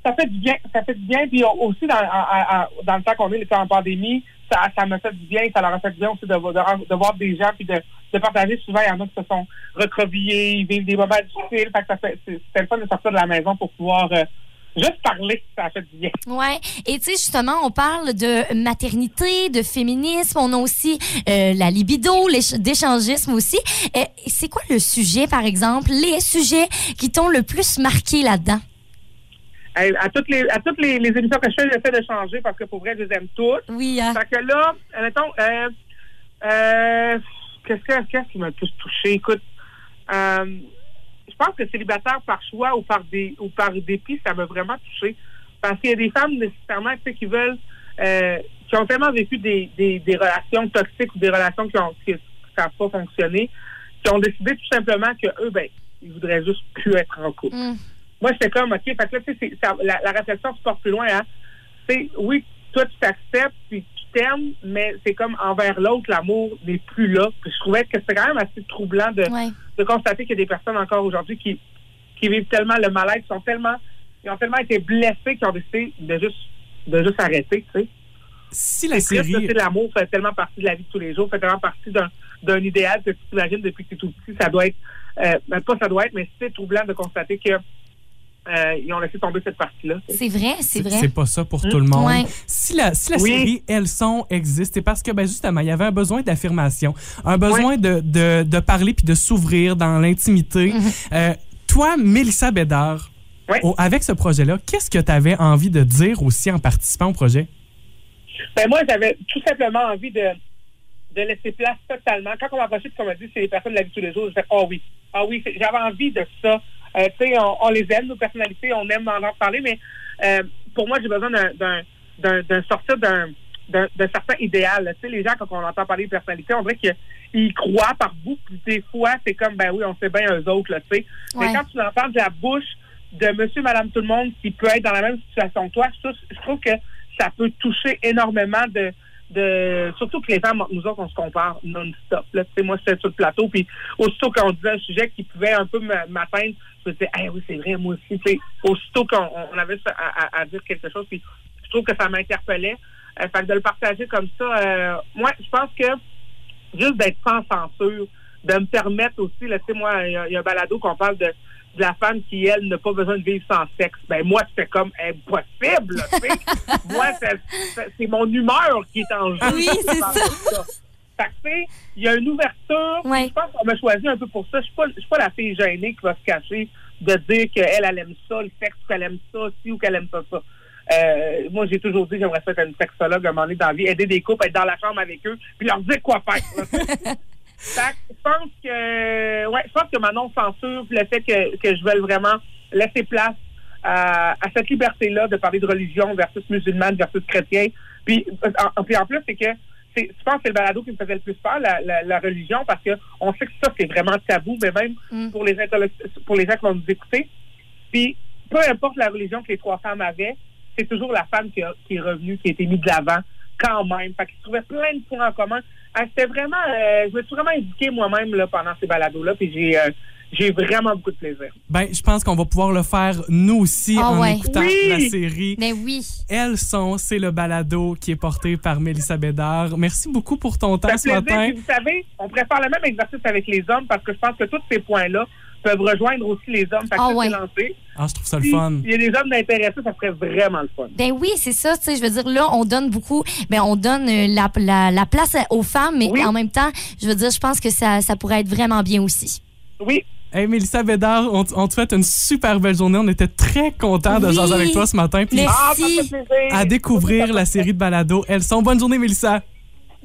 L: ça fait du bien. Ça fait du bien. Puis on- aussi, dans, à- à- dans le temps qu'on est les temps en pandémie, ça, ça me fait du bien. Ça leur a fait du bien aussi de, vo- de ren- de voir des gens puis de, de partager. Souvent, il y en a qui se sont recroquevillés, ils vivent des moments difficiles. Fait que ça fait, c'est- c'était le fun de sortir de la maison pour pouvoir euh, juste parler. Ça a fait du bien.
B: Ouais. Et tu sais, justement, on parle de maternité, de féminisme. On a aussi euh, la libido, l'éch- d'échangisme aussi. Euh, c'est quoi le sujet, par exemple, les sujets qui t'ont le plus marqué là-dedans?
L: Hey, À toutes, les, à toutes les, les émissions que je fais, j'essaie de changer parce que pour vrai, je les aime toutes.
B: Oui, hein?
L: Fait que là, mettons, euh, euh, qu'est-ce, que- qu'est-ce qui m'a le plus touché? Écoute, euh, je pense que célibataire par choix ou par des ou par dépit, ça m'a vraiment touché. Parce qu'il y a des femmes nécessairement tu sais, qui veulent euh, qui ont tellement vécu des, des, des relations toxiques ou des relations qui ont qui ça n'a pas fonctionné, qui ont décidé tout simplement que eux, ben, ils voudraient juste plus être en couple
B: Mm.
L: moi, j'étais comme, OK, fait que là, tu sais, c'est- ça- la, la réflexion se porte plus loin, hein. Tu sais, oui, toi, tu t'acceptes, puis tu t'aimes, mais c'est comme envers l'autre, l'amour n'est plus là. Puis je trouvais que c'était quand même assez troublant de,
B: Ouais.
L: de constater qu'il y a des personnes encore aujourd'hui qui, qui vivent tellement le malaise, qui sont tellement, ils ont tellement été blessés qu'ils ont décidé de juste, de juste arrêter, tu sais.
F: Si la
L: C'est triste,
F: série...
L: c'est l'amour fait tellement partie de la vie de tous les jours, fait tellement partie d'un, d'un idéal que tu t'imagines depuis que tu es tout petit. Ça doit être, euh, ben, pas ça doit être, mais c'est troublant de constater que euh, euh, ils ont laissé tomber cette partie-là.
B: C'est vrai, c'est vrai. Mm.
F: C'est pas ça pour tout le monde.
B: Ouais.
F: Si la, si la
L: Oui.
F: série Elles sont existe, c'est parce que ben, justement, il y avait un besoin d'affirmation, un besoin de, de, de parler puis de s'ouvrir dans l'intimité.
B: Mm-hmm.
F: Euh, toi, Mélissa Bédard, au- avec ce projet-là, qu'est-ce que tu avais envie de dire aussi en participant au projet?
L: Ben, moi, j'avais tout simplement envie de, de laisser place totalement. Quand on m'a approché, puis qu'on m'a dit c'est les personnes de la vie de tous les jours, je fais oh oui, ah oui, c'est- j'avais envie de ça. Euh, tu sais, on, on les aime, nos personnalités, on aime en, en parler, mais euh, pour moi, j'ai besoin d'un- d'un d'un- d'un sortir d'un d'un d'un certain idéal. Tu sais, les gens, quand on entend parler de personnalité, on dirait qu'ils croient par bout, puis des fois, c'est comme, ben oui, on sait bien eux autres, là, tu sais.
M: Ouais.
L: Mais quand tu l'entends de la bouche de monsieur, madame, tout le monde qui peut être dans la même situation que toi, je trouve, je trouve que ça peut toucher énormément de... de surtout que les femmes, nous autres, on se compare non-stop. là. Tu sais, moi, j'étais sur le plateau, puis aussitôt qu'on disait un sujet qui pouvait un peu me- m'atteindre, je me disais, ah oui, c'est vrai, moi aussi. Tu sais, aussitôt qu'on on avait ça à, à- à dire quelque chose, puis je trouve que ça m'interpellait. Euh, fait que de le partager comme ça, euh, moi, je pense que juste d'être sans censure, de me permettre aussi, là, tu sais, moi, il y a- il y, a un balado qu'on parle de, de la femme qui, elle, n'a pas besoin de vivre sans sexe. Ben, moi, c'est comme impossible, là, tu sais. moi, c'est- c'est- c'est mon humeur qui est en jeu.
B: Oui, c'est
L: Dans
B: ça.
L: tout Fait que, tu sais, il y a une ouverture. Je pense qu'on m'a choisi un peu pour ça. Je suis pas, je suis pas la fille gênée qui va se cacher de dire qu'elle, elle aime ça, le sexe, qu'elle aime ça, si ou qu'elle aime pas ça. Euh, moi, j'ai toujours dit, j'aimerais ça être une sexologue à un moment donné dans la vie, aider des couples, être dans la chambre avec eux, puis leur dire quoi faire. là. Fait que je pense que, ouais, je pense que ma non-censure, puis le fait que, que je veuille vraiment laisser place à, à cette liberté-là de parler de religion versus musulmane versus chrétien. Puis en, en- puis en plus, c'est que c'est, je pense que c'est le balado qui me faisait le plus peur, la, la- la religion, parce que on sait que ça, c'est vraiment tabou, mais même pour, les interloc- pour les gens qui vont nous écouter. Puis peu importe la religion que les trois femmes avaient, c'est toujours la femme qui, a- qui est revenue, qui a été mise de l'avant quand même. Fait qu'ils trouvaient plein de points en commun. Ah, C'était vraiment, euh, je me suis vraiment éduquée moi-même là, pendant ces balados-là, puis j'ai, euh, j'ai vraiment beaucoup de plaisir.
F: Ben, je pense qu'on va pouvoir le faire nous aussi
L: Ah
F: en
L: ouais.
F: écoutant
L: Oui.
F: la série.
B: Mais oui.
F: Elles sont, c'est le balado qui est porté par Mélissa Bédard. Merci beaucoup pour ton temps ce
L: plaisir.
F: matin.
L: Puis Vous savez, on préfère le même exercice avec les hommes parce que je pense que tous ces points-là peuvent rejoindre aussi les hommes. Fait que
B: Ah
L: ça,
B: ouais.
L: c'est lancé.
F: Ah, je trouve ça le
L: Si
F: fun.
L: Il y a des hommes intéressés, ça serait vraiment le fun.
B: Ben oui, c'est ça, tu sais, je veux dire, là, on donne beaucoup, ben on donne euh, la, la- la place aux femmes, mais en même temps, je veux dire, je pense que ça, ça pourrait être vraiment bien aussi.
L: Oui.
F: Hey, Mélissa Bédard, on, t- on te souhaite une super belle journée. On était très contents de
B: Oui.
F: jaser avec toi ce matin. Puis
L: ah,
B: Merci.
F: à découvrir la série de balado. Elles sont. Bonne journée, Mélissa.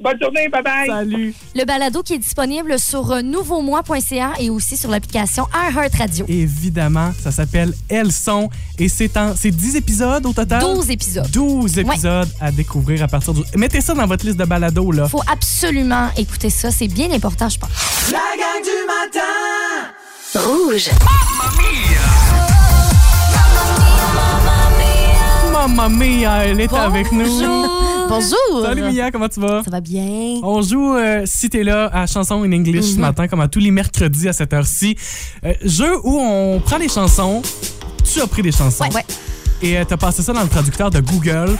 L: Bonne journée, bye bye.
F: Salut.
B: Le balado qui est disponible sur euh, nouveaumois.ca et aussi sur l'application iHeartRadio.
F: Évidemment, ça s'appelle Elles sont. Et c'est en, c'est 10 épisodes au total?
B: 12 épisodes.
F: 12 épisodes à découvrir à partir du. Mettez ça dans votre liste de balado, là.
B: Faut absolument écouter ça, c'est bien important, je pense.
C: La gang du matin!
B: Rouge.
F: Mamma mia, elle est avec nous.
N: Bonjour.
F: Salut Mia, comment tu vas? Ça
N: va bien.
F: On joue euh, Si t'es là à Chanson in English ce
N: Mhm.
F: matin, comme à tous les mercredis à cette heure-ci. Euh, jeu où on prend les chansons. Tu as pris des chansons. Et euh, t'as passé ça dans le traducteur de Google.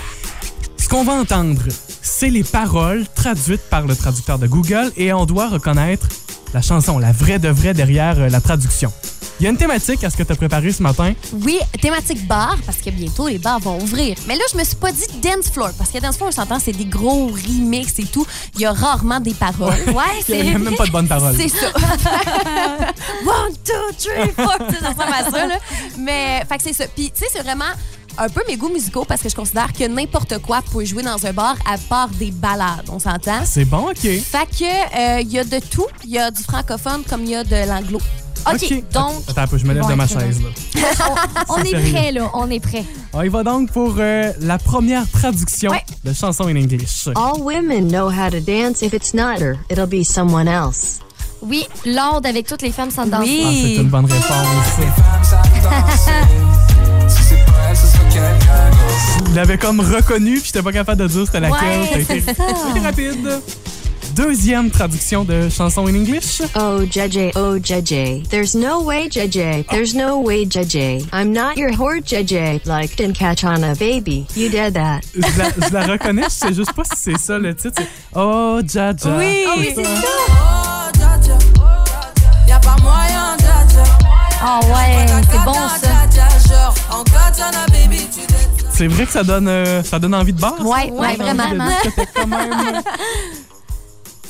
F: Ce qu'on va entendre, c'est les paroles traduites par le traducteur de Google et on doit reconnaître la chanson, la vraie de vraie derrière euh, la traduction. Il y a une thématique à ce que t'as préparé ce matin.
N: Oui, thématique bar, parce que bientôt les bars vont ouvrir. Mais là, je me suis pas dit dance floor, parce que dance floor, on s'entend, c'est des gros remixes et tout. Il y a rarement des paroles.
F: Ouais. Il y a même pas de bonnes paroles.
N: C'est ça. One, two, three, four, tu sais, ça ressemble à ça, là. Mais, fait que c'est ça. Puis, tu sais, c'est vraiment un peu mes goûts musicaux, parce que je considère que n'importe quoi peut jouer dans un bar à part des balades, on s'entend?
F: C'est bon, OK.
N: Fait que, euh, il y a de tout. Il y a du francophone comme il y a de l'anglo. OK, donc...
F: Attends un peu, je me lève
N: Bon,
F: de ma
N: ok,
F: chaise. Là.
B: on on
F: C'est
B: est
F: sérieux.
B: prêt, là, on est prêt.
F: On y va donc pour euh, la première traduction de chanson in English. Ah,
O: All women know how to dance. If it's not her, it'll be someone else.
B: Oui, Lord avec toutes les femmes sans danser.
F: Ah, c'est une bonne réponse. Je l'avais comme reconnu, puis j'étais pas capable de dire c'était laquelle.
O: Ouais,
F: Ça a été
O: c'est ça.
F: très rapide. Deuxième traduction de chanson in English.
O: Oh, JJ, oh, JJ. There's no way, JJ. There's no way, JJ. I'm not your whore, JJ. Like, didn't catch on a baby. You did that.
F: Je la, je la reconnais, je sais juste pas si c'est ça le titre. C'est Oh, Dja Dja.
M: Oh, dja, dja. Y'a pas moyen, dja, dja.
B: Ah ouais, c'est bon ça.
M: Dja, dja, genre,
F: C'est vrai que ça donne, euh, ça donne envie de bar. ça?
N: Ouais, ouais,
F: Ça donne envie de
N: vraiment.
F: discothèque quand même.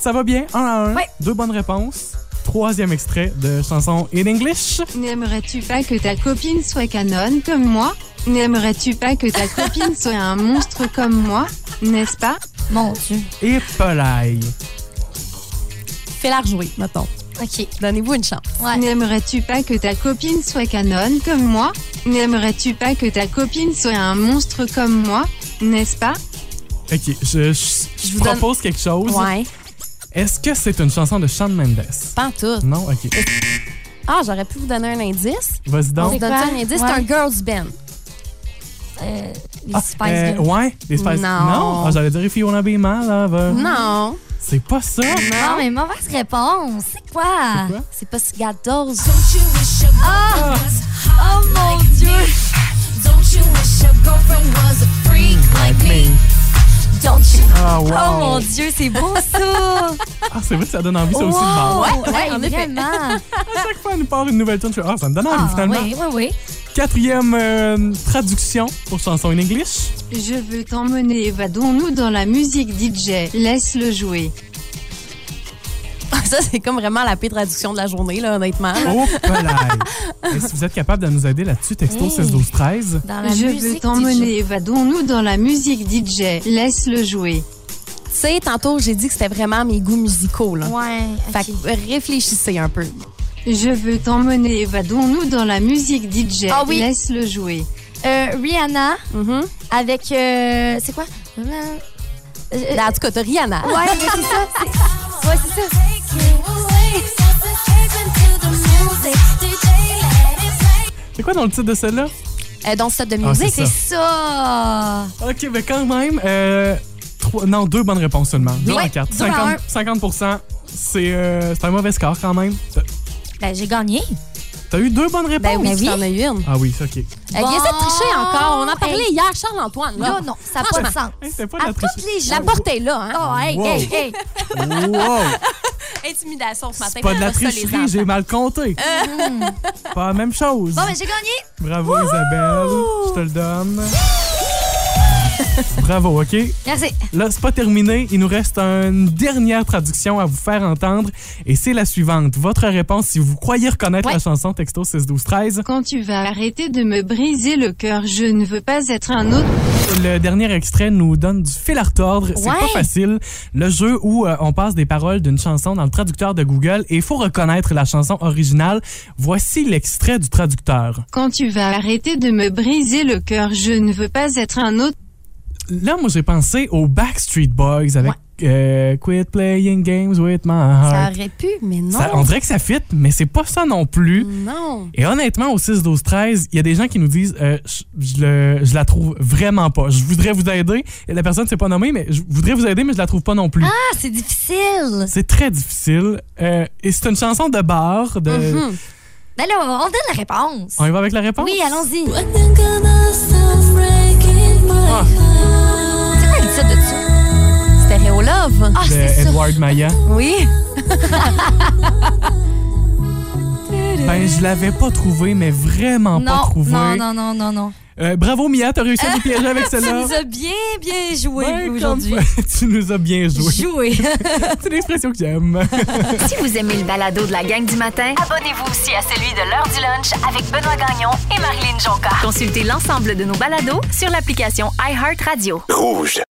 F: ça va bien, un à un. Deux bonnes réponses. Troisième extrait de chanson In English.
O: N'aimerais-tu pas que ta copine soit canon comme moi N'aimerais-tu pas que ta copine soit un monstre comme moi N'est-ce pas
B: Mon Dieu.
F: Et Polaï.
N: Fais-la rejouer, mettons.
B: OK.
N: Donnez-vous une chance.
O: N'aimerais-tu pas que ta copine soit canon comme moi N'aimerais-tu pas que ta copine soit un monstre comme moi N'est-ce pas
F: Ok, je, je- je
O: vous
F: propose quelque chose.
N: Ouais.
F: Est-ce que c'est une chanson de Shawn Mendes?
N: Pas en tout.
F: Non, ok.
N: Ah, j'aurais pu vous donner un indice. On
F: Vas-y
N: se
F: donc.
N: donne
B: quoi?
N: un indice, c'est
B: Ouais.
N: un girls band.
B: les
F: Ah,
B: Spice
F: euh,
B: Girls.
F: ouais, les Spice
N: Non.
F: Ah, J'allais dire If You Wanna Be My Lover.
N: Non.
F: C'est pas ça.
B: Non, mais mauvaise réponse. C'est quoi? C'est pas Cigados.
M: Ah! Oh mon Dieu! Don't you wish your girlfriend was a freak like me? Don't you?
F: Ah, wow.
B: Oh mon Dieu, c'est beau ça!
F: Ah, c'est vrai que ça donne envie, ça aussi, de
B: Wow!
F: bander.
B: Ouais,
N: ouais, en effet.
B: vraiment.
F: À chaque fois, elle nous parle une nouvelle tune. Je fais, ah, ça me donne envie,
B: Ah,
F: finalement.
B: oui, oui, oui.
F: Quatrième euh, traduction pour chanson in English.
O: Je veux t'emmener, évadons-nous dans la musique DJ, laisse-le jouer.
N: Ça, c'est comme vraiment la pire traduction de la journée, là, honnêtement. là.
F: Oh, polaï. Et si vous êtes capable de nous aider là-dessus, texto
N: Hey.
F: 16 12 13.
O: Je veux t'emmener, évadons-nous dans la musique DJ, laisse-le jouer.
N: Tu sais, tantôt, j'ai dit que c'était vraiment mes goûts musicaux,
D: Ah.
N: là.
B: Ouais.
N: Fait que réfléchissez un peu.
O: Je veux t'emmener, évadons-nous dans la musique DJ,
B: Ah oui.
O: laisse-le jouer.
B: Euh, Rihanna avec. euh, c'est quoi? Euh, euh,
N: Ben, En tout cas, t'as Rihanna.
B: Ouais, mais c'est ça. c'est- Ouais, c'est ça.
F: C'est quoi dans le titre de celle-là?
N: Euh, dans ce set de
F: Ah,
N: musique,
F: c'est ça.
N: c'est ça.
F: OK, mais quand même, euh, trois- non, deux bonnes réponses seulement. Deux
B: Ouais,
F: en quatre.
B: deux à un.
F: 50, 50%, c'est euh, c'est un mauvais score quand même. T'as-
B: Ben, j'ai gagné.
F: T'as eu deux bonnes réponses?
N: Ben oui, t'en as eu une.
F: Ah oui, c'est OK.
N: Elle
B: Bon.
N: essaie de tricher encore. On en parlait
B: Hey.
N: hier, Charles-Antoine. Là.
B: Là, non, ça n'a pas de sens.
F: Hey, C'était pas
B: À
F: la
B: toutes les gens.
N: La porte est là, hein?
B: Oh, hey,
F: Wow.
B: hey, hey.
F: Wow!
N: Intimidation ce matin.
F: Pas de la
N: faites ça, les
F: tricherie, j'ai
N: enfants.
F: mal compté. Pas la même chose.
B: Mmh. Bon, ben, j'ai gagné.
F: Bravo Isabelle, je te le donne. Bravo, OK?
B: Merci.
F: Là, c'est pas terminé. Il nous reste une dernière traduction à vous faire entendre. Et c'est la suivante. Votre réponse, si vous croyez reconnaître la chanson, texto 61213.
O: Quand tu vas arrêter de me briser le cœur, je ne veux pas être un autre.
F: Le dernier extrait nous donne du fil à retordre. C'est
O: Ouais.
F: pas facile. Le jeu où euh, on passe des paroles d'une chanson dans le traducteur de Google et il faut reconnaître la chanson originale. Voici l'extrait du traducteur.
O: Quand tu vas arrêter de me briser le cœur, je ne veux pas être un autre.
F: Là, moi, j'ai pensé aux Backstreet Boys avec euh, Quit Playing Games with My Heart.
N: Ça aurait pu, mais non.
F: Ça- on dirait que ça fit, mais c'est pas ça non plus.
N: Non.
F: Et honnêtement, au 6, 12, 13, il y a des gens qui nous disent euh, je, je le- je la trouve vraiment pas. Je voudrais vous aider. Et la personne s'est pas nommée, mais je voudrais vous aider, mais je la trouve pas non plus.
B: Ah, c'est difficile.
F: C'est très difficile. Euh, et c'est une chanson de bar. De...
B: Mhm. Ben là, on donne la réponse.
F: On y va avec la réponse?
B: Oui, allons-y. Ah. C'est quoi le titre de ça?
N: Stéréo Love.
B: Ah,
F: de
B: c'est ça.
F: Edward Maya.
N: Oui.
F: Ben, je l'avais pas trouvé, mais vraiment pas
B: Non,
F: trouvé.
B: non, non, non, non, non.
F: Euh, bravo, Mia, t'as réussi à nous piéger avec
B: Tu
F: celle-là.
B: nous as bien, bien joué
F: Ouais,
B: vous,
F: comme-
B: aujourd'hui.
F: tu nous as bien joué.
B: Joué.
F: C'est l'expression que j'aime.
D: Si vous aimez le balado de la gang du matin, abonnez-vous aussi à celui de l'heure du lunch avec Benoît Gagnon et Marilyn Jonca. Consultez l'ensemble de nos balados sur l'application iHeartRadio.
E: Rouge.